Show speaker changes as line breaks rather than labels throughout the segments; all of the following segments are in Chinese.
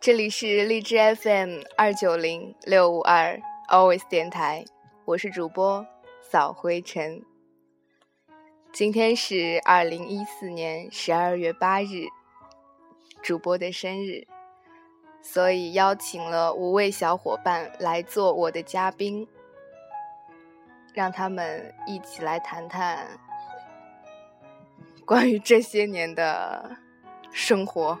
这里是荔枝 FM 二九零六五二 Always 电台，我是主播扫灰尘。今天是二零一四年十二月八日，主播的生日，所以邀请了五位小伙伴来做我的嘉宾，让他们一起来谈谈关于这些年的生活。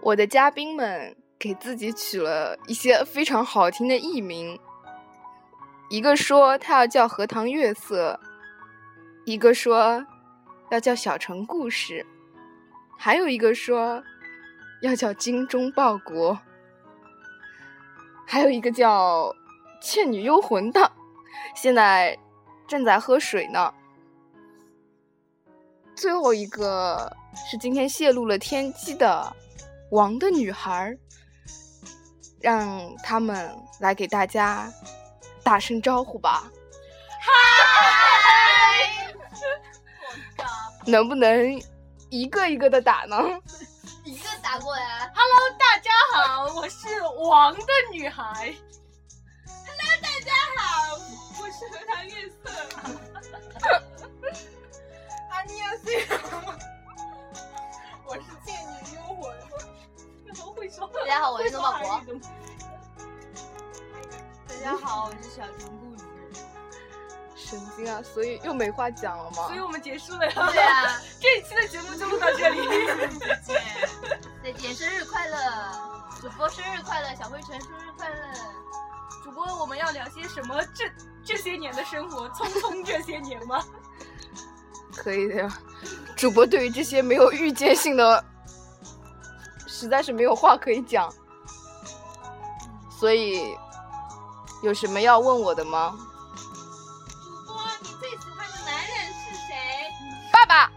我的嘉宾们给自己取了一些非常好听的艺名，一个说他要叫荷塘月色，一个说要叫小城故事，还有一个说要叫精忠报国，还有一个叫倩女幽魂的，现在正在喝水呢。最后一个是今天泄露了天机的。王的女孩，让他们来给大家打声招呼吧。
嗨！
能不能一个一个的打呢？
一个打过来。啊
Hello，大家好，我是王的女孩。
Hello，大家好，我是荷塘月色。 啊
안녕하세요 我是倩女幽魂。那么会说？
大家好我是周茂博
会说韩语的吗。
大家好，我是小城故事。
神经啊！所以又没话讲了吗
所以？我们结束了呀。
对啊，
这一期的节目就录到这里。
再见，生日快乐！主播生日快乐，小灰尘生日快乐！
主播，我们要聊些什么？这这些年的生活，匆匆这些年吗？
可以的呀。主播对于这些没有预见性的，实在是没有话可以讲。所以有什么要问我的吗？
主播，你最喜欢的男人是谁？
爸爸，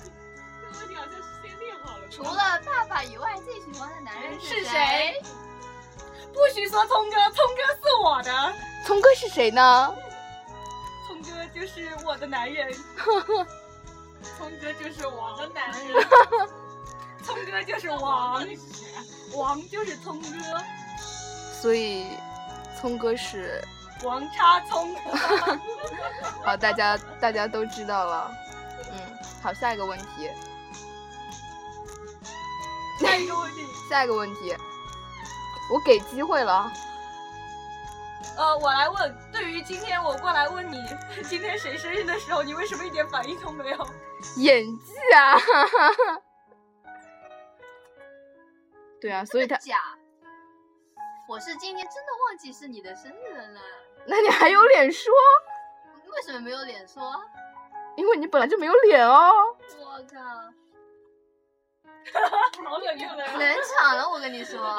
这问题好像是先列好了。
除了爸爸以外，最喜欢的男人谁
是谁？？不许说聪哥，聪哥是我的，
聪哥是谁呢？
聪哥就是我的男人，聪哥就是王的男人， 聪哥就是王，王就是聪哥，
所以聪哥是。
王叉聪。
好，大家大家都知道了。嗯，好，下一个问题，
下一个问题，
下一个问题，我给机会了。
呃，我来问，对于今天我过来问你今天谁生日的时候，你为什么一点反应都没有？
演技啊！ 对啊，所以他，
假。我是今天真的忘记是你的生日了呢，
那你还有脸说？
为什么没有脸说？
因为你本来就没有脸哦。
我靠！
好冷静的
冷场了，我跟你说，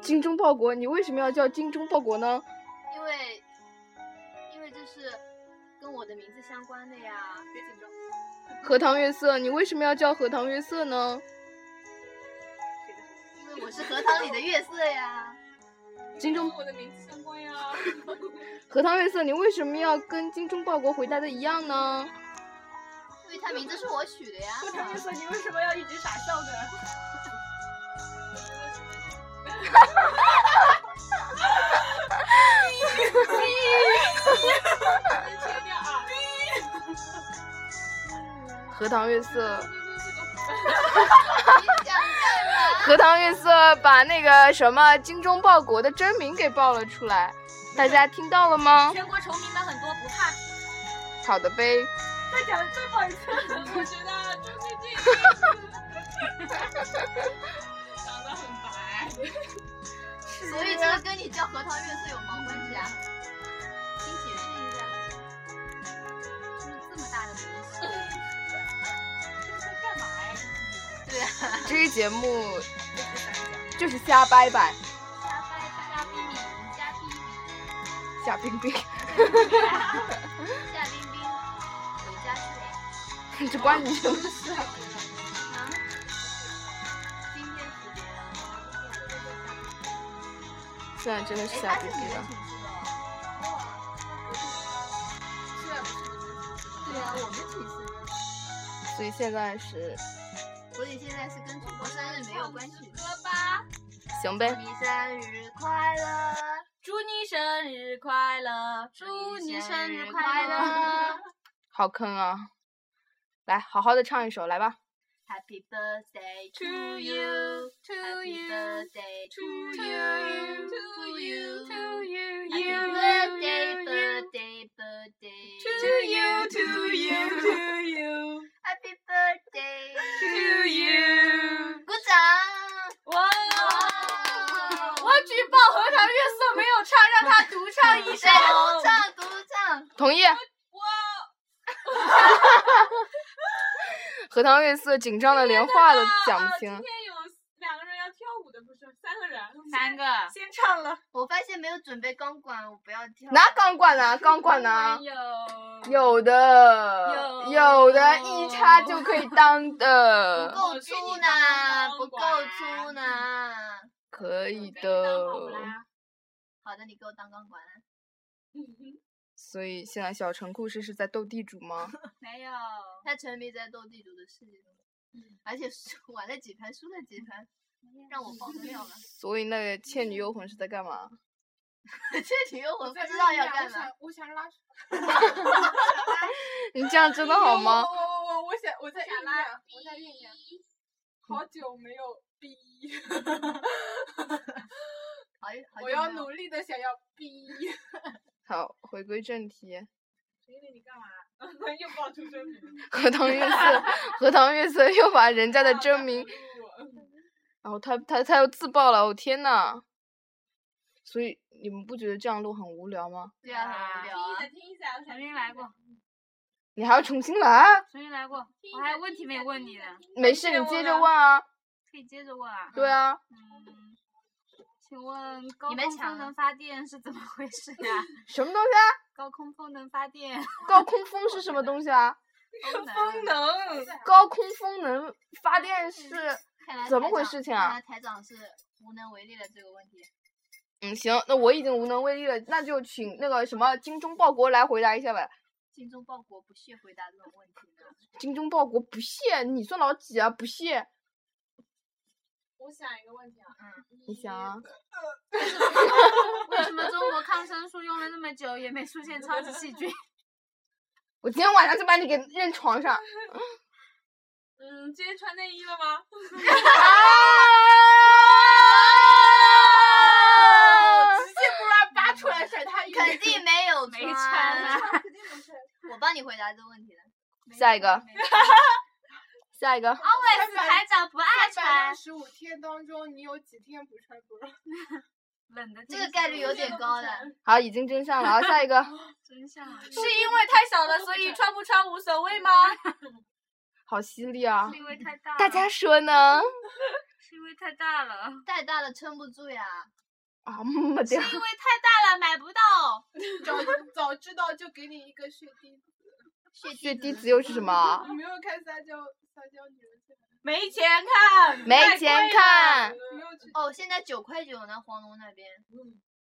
精忠报国，你为什么要叫精忠报国呢？
因为因为这是跟我的名字相关的呀。别紧张，
荷塘月色，你为什么要叫荷塘月色呢？
因为我是荷塘里的月色呀。
精忠
我的名字相关呀。
荷塘月色，你为什么要跟精忠报国回答的一样呢？
因为他名字是我取的呀。
他就说你为什么要一直傻笑呢？
荷塘月色，
你想干嘛？
荷塘月色把那个什么精忠报国的真名给报了出来，大家听到了吗？
全国球迷们很多不怕，
好的呗，
再讲再讲一次。我觉得就是这一次，长得很白。
所以这个跟你叫荷塘月色有毛关系啊？请解释一下，是不是这么大的名气？
干嘛呀？
对啊，
这期节目
就
就是
是想讲。
瞎掰掰，
加掰加冰
夏冰冰，
冰加冰 冰加冰冰回家 去
这关你什么事？
啊？今天几点啊？
现在真的是
哎，
夏
他是
冰
你
冰
们
了
寝。室的哦。我们挺随缘的。
所以现在是
所以现在是跟主播生日没有关系。
歌吧，
行
祝
呗，
你生日快乐，
哎祝你生日快乐，祝你生日快乐
乐
好坑啊！来，好好的唱一首，来吧。
，Happy birthday
，To
to
you,
you。
to
Happy
you。
birthday
To
to
you,
you,
to you, to
to you.
you, you,
Happy birthday, birthday, birthday.
To you, to you, to you,
Happy birthday.
to you。
鼓掌。
哇！我举报合唱月色没有唱，让他独唱一首
谁。鼓掌？鼓掌。
同意。
哇！
荷塘月色紧张的连话都讲
啊
不
今
清。
天有两个人要跳舞的，不是三个人，啊
三个，
先先唱了。
我发现没有准备钢管，我不要跳。
拿钢管呢、啊钢管呢、
有
有的，
有
有的，一插就可以当
不
的，
够粗呢，不够粗呢。
可以
我给你当好
的。
啦
好的，你给我当钢管。啊
所以现在小城故事是在斗地主吗？
没有。
他沉迷在斗地主的世界中，而且输玩了几盘，输了几盘，让我爆料了。
所以那个《倩女幽魂》是在干嘛？
这女幽魂不知道要干嘛。？
我想拉屎。
你这样真的好吗？
哎我我我我想我在
想
酝
拉
酿，我在酝酿。好久没有逼，
好久，好久
啊我
没有
要努力的想要逼。
好，回归正题，
谁理你干嘛？ 又爆出真名，
荷塘月色，荷塘月色又把人家的真 名，然后他他他又自爆了，我天呐！所以你们不觉得这样录很无聊吗？
对啊，很无聊啊。
听一下，
重新来过，
你还要重新来？啊
重新来过，我还有问题没问你呢，
没事，你接着问啊。
可以接着问啊。
对啊，
嗯，请问高
你们
空
抢
风能发电是怎么回事 呀、
什么东西啊？
高空风能发电，
高空风是什么东西啊？
风能
风能。
高空风能发电是……
看来
怎么
台
回
长
事情啊
看来台长是无能为力了这个问题。
嗯，行，那我已经无能为力了，那就请那个什么精忠报国来回答一下吧。
精忠报国不屑回答这种问题的。
精忠报国不屑，你算老几啊？不屑，
我想一个问题啊，
你想啊？
为什么中国抗生素用了那么久也没出现超级细菌？
我今天晚上就把你给扔床上。
嗯，今天穿内衣了吗？
啊！
直接不让扒出来晒太阳。
肯定没有
没穿
啊！
啊！
我帮你回答这个问题了。
下一 个，下一个，
always 台长不爱
三百
穿
六，十五天当中，你有几天不穿 bra？
冷的
这个概率有点高的。
好，已经真相了。好，啊下一个，
真相啊，
是因为太小了，所以穿不穿无所谓吗？
好犀利啊
是！因为太大了，
大家说呢？
是因为太大了，
太大了撑不住呀。
啊，没
是
得
因为。太大了买不到。
早早知道就给你一个血滴子。
血
血滴
子
子又是什么啊？
你没有看撒娇撒娇女人秀吗？
没钱看，
没
太贵
钱
了
看，
没有去。
哦，现在九块九呢，黄龙那边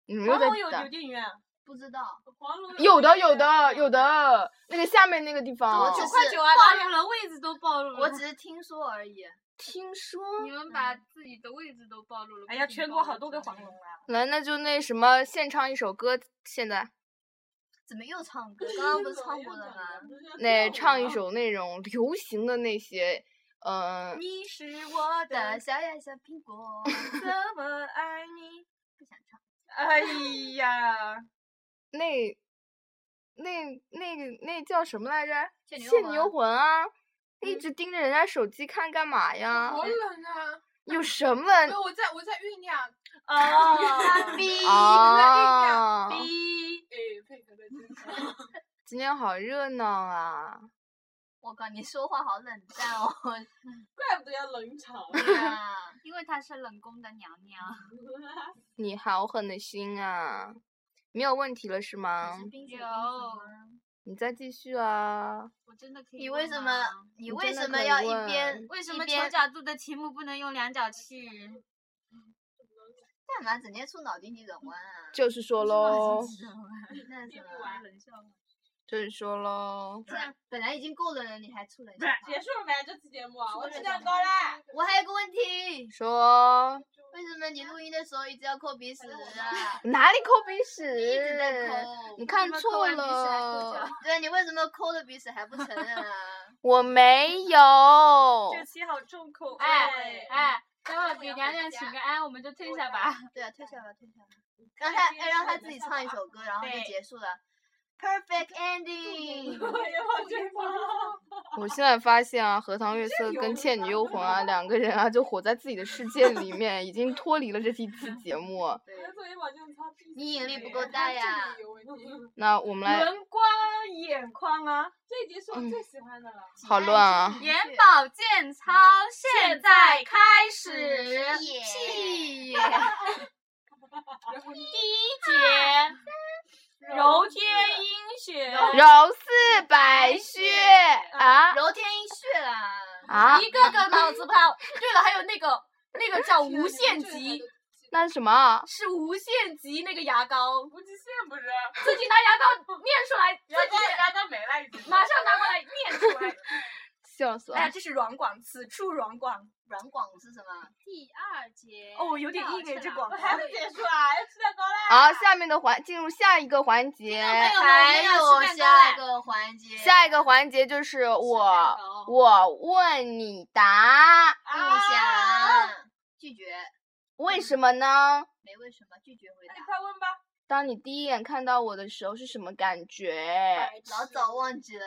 你们又
黄
在
龙有有
等
电影院，啊
不知 道。
黄龙
有的有
啊
的有的，那个下面那个地方哦
我只是
九块九啊！
暴露了位置都暴露了。
我只是听说而已。
听说。
你们把自己的位置都暴露了。
哎呀，
不仅
全
暴
国
露
好多
自
个
己
黄龙。啊！
来，那就那什么，现唱一首歌。现在，
怎么又唱歌？刚刚不是唱过 了吗？？
那唱一。首那种流行的那些，嗯、
你是我
的
的，
小呀小苹果，
怎么爱你？
不想唱。
哎呀，
那那那个那叫什么来着？
倩女幽
倩
魂
女幽魂啊！一直盯着人家手机看干嘛呀？
好冷啊！
有什么了
对，我在我在酝酿。
哦，
逼
啊？
逼！哎，配合的真好。
今天好热闹啊！
我靠，你说话好冷淡 哦。
怪不得要冷场。
对啊
因为她是冷宫的娘娘，
你好狠的心啊！没有问题了是吗
你？是冰雪
有
公主吗
你再继续啊！
我真的可以。
你为什么？你
你
为
真的
什么
可以
要一
问
边
为什
一
么
边
求角度的题目不能用两脚气？
干嘛整天出脑筋急转弯啊？
就是说
不是脑
喽
筋，急转弯
那什么？
冷笑话
就是说喽，
这 样本来已经够冷了，你还出冷气
结束了没？这期节目啊，我质量高
啦
啦。！
我还有个问题，
说
为什么你录音的时候一直要抠鼻屎啊？
哪里抠鼻
你一直在
屎？
抠，
哎你看
抠
错
完鼻屎还抠
了
脚，
对啊，你为什么抠的鼻屎还不承认啊？
我没 有。
这期好重口味。
哎哎，待会儿给娘娘请个安，我们就退下吧。
对啊，退下吧，退下吧，让他哎让他自己唱一 首歌，然后就
对
结束了。Perfect ending，
我也好真棒。
我现在发现啊，荷塘月色跟《倩女幽魂》啊，两个人啊就活在自己的世界里面，已经脱离了这期期节目。
我昨天晚上超低
你引
俗的啊
力不
耶
够
他
大
这
呀哎
里有问题
那我们来，
轮光眼眶啊，
这一集是我
嗯
最喜欢的了。
好乱啊！
眼保健操现在开始，
耶
屁耶！第一节揉天阴穴，
柔似白雪 啊
揉天阴穴啦。
啊！
一个个老子炮。对了，还有那个那个 叫无限极，
那是什么啊？
是无限极那个牙膏，
无极限不是？
自己拿牙膏念出来，
牙
自
膏
己
牙膏没了已经。
马上拿过来念出 来。
笑死
哎呀，
了！
这是软广，此处软广。
软广是什么？
第二节
哦，有点硬哎，这
我
广告。
还没结束啊，要吃蛋糕啦！
好，下面的环进入下一个环节，
还有下个环节，
下一个环节就是我
哦
我问你答，
不
啊
想拒绝，
为什么呢？
没为什么拒绝回答
你。快问吧。
当你第一眼看到我的时候是什么感觉？
白痴
老早忘记了，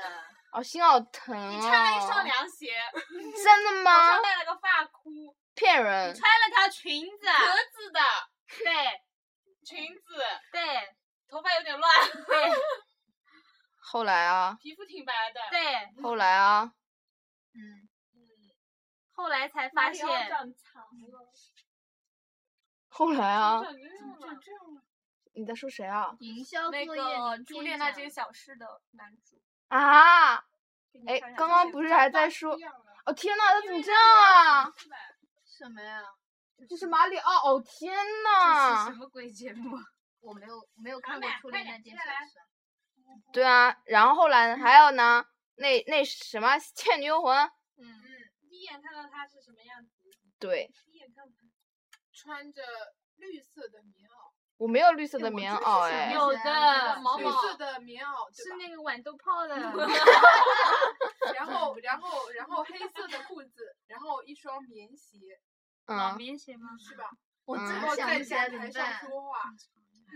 哦，心好疼啊！
哎你穿了一双凉鞋，
真的
头
吗
上？戴了个发箍，
骗人！
穿了条裙 子，
格子的
对
裙子，
对
头发有点乱，
对
后来啊，
皮肤挺白的。
对，
后来 啊，
嗯，
后来才发
马里
现
奥，长长了，
后来啊，
长这样了，这样了。
你在说谁啊？
营销作
那
业
个
你
《朱
听
丽
一
娜
下
这个小事》的男主。
啊！
给你
哎
看一，下
刚
就
刚不是还在说
不一？样了
哦天呐，他怎么这样啊？
什么呀？
这是马里奥！哦天
这是
呐！
什么鬼节目？
我没有没有
老
看过
板
初
快
恋那
点
件
接下来
小事，
对啊，然后后来
嗯
呢？还有呢？那那什么《倩女幽魂》？
嗯
第一眼看到他是什么样子？
对，
第一眼看到他，
穿着绿色的棉袄，
我没有绿
嗯
色的棉袄哎
想，
有
是啊
的
那，
毛
绿
毛
色的棉袄，对
是
吧？
那个豌豆泡的，
然后，然后，然后黑色的裤子，然后一双棉鞋，
老
嗯，
棉鞋吗？嗯
是吧？
我
嗯
然
真
后
的
在
想不起来
讲
怎么
台上
办。
说话，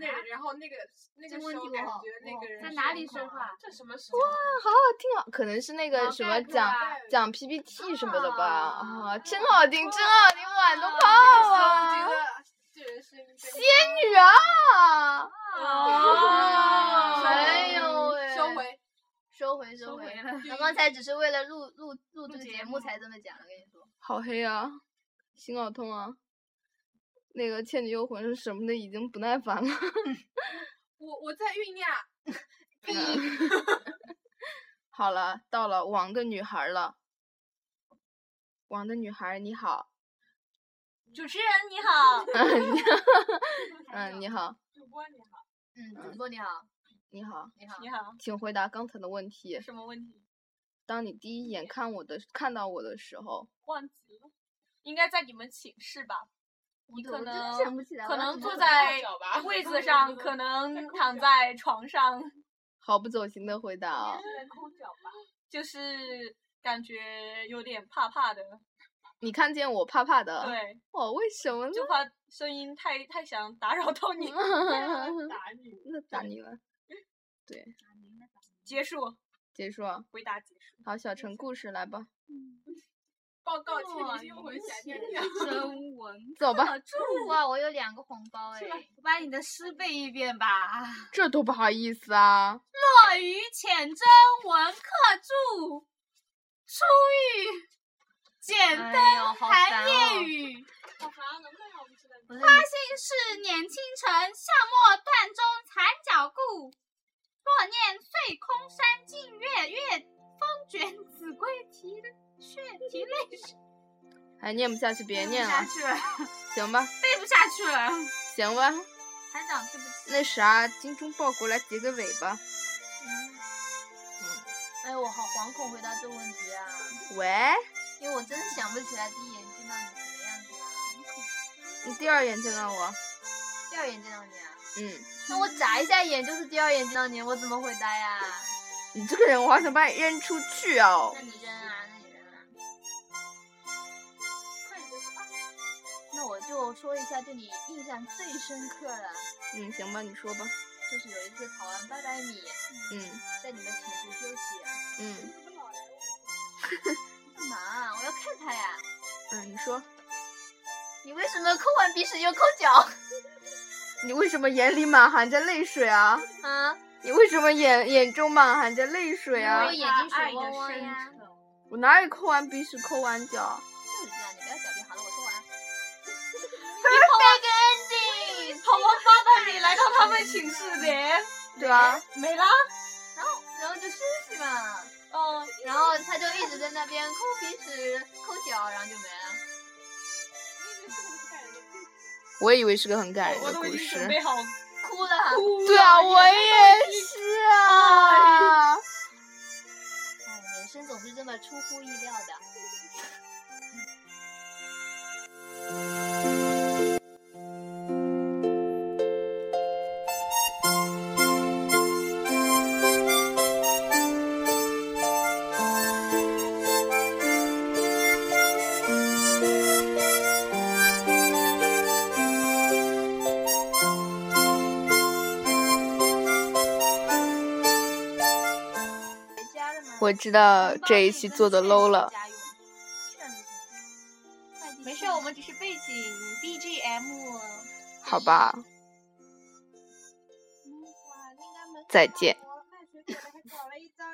那然后那个那
这
个
问
时候
题
感
我好
觉那
我
个人
在
是啊
哪
很
里说
狂
话？
这什么时候？
好好听啊！可能是那个
好
什
概
么
括
讲
啊
讲 PPT 什么的吧？
啊
啊，真好听，真好听，豌豆
那个
泡
时候觉
啊！
得 这人声音真
女人啊！
哦
哎呦喂，
收回，
收回收
收
回
回。了。
我刚才只是为了录录录这
录
个
节
节目
目
才这么讲，我跟你说。
好黑啊，心好痛啊。那个《倩女幽魂》是什么的，已经不耐烦了。
我我在酝酿，
好了，到了王的女孩了。王的女孩，你好，
主持人你好，
嗯，你好，
主播你好，
嗯，主播你好，
你好，
你好。
你好，
请回答刚才的问题。
什么问题？
当你第一眼看我的看到我的时候，
忘记了，应该在你们寝室吧？你
对我
可
真
能
的想不起来
可
我要
能
怎么
坐
回答
在
脚吧
位子上，可能躺在床上，
毫不走心的回答啊、
抠脚吧。
就是感觉有点怕怕的。
你看见我怕怕的，
对，
哦，为什么呢？
就怕声音太太响打扰到你。
打你。
那打你了，
结束，
结束啊。
回答结束。
好，小陈故事来吧，
报告
哇
倩女幽魂侠
你
娘
写
娘，
的啊真文，
走吧，
哇，我有两个红包哎，
我把你的诗背一遍吧。
这多不好意思啊。
落哎于浅斟文客注，初遇简
哎
灯
呦好烦
寒
哦
夜雨，
好烦，能不能让我们知道？
不是
尽是碾清晨，夏末断钟残脚顾。若念碎空山尽月月，风卷子规啼血啼泪水。
还哎念不下去，别念了
背不下，去了，
行吧，
背不下去了。
行吧。
团长，对不起。
那啥，精忠报国来结个尾吧。
哎，我好惶恐回答这问题啊，
喂，
因为我真的想不起来第一眼见到你什么样子啊。
你第二眼见到我，
第二眼见到你啊，
嗯，
那我眨一下眼就是第二眼见到你，我怎么回答呀？
你这个人我好想把你扔出去哦
那。你扔啊，那你扔啊。那我就说一下对你印象最深刻的，
嗯，行吧，你说吧。
就是有一次跑完八百米，
嗯
在你们寝室休息。
嗯
干嘛啊？我要看他呀！
嗯，你说，
你为什么抠完鼻屎又抠脚？
你为什么眼里满含着泪水啊？
啊？
你为什么眼眼中满含着泪水
因为
啊
我？眼睛水汪汪呀。
我哪里抠完鼻屎抠完脚？
就是这样，你不要狡辩。好了，我说完了。你 e 个 ending。
跑完八百米来到他们寝室的，
对啊，
没啦。
然后，然后就休息嘛。
哦，
然后他就一直在那边抠鼻屎、抠脚，然后就没了。
我也以为是个很 感人
我
的
都已
哎故
经准
事。啊
备好
哭了。
哭了。
对啊，我也是啊。
哎，人生总是这么出乎意料的。
我知道呃这一期做的 low 了，
没事，我们只是背景 BGM。
好吧，再见。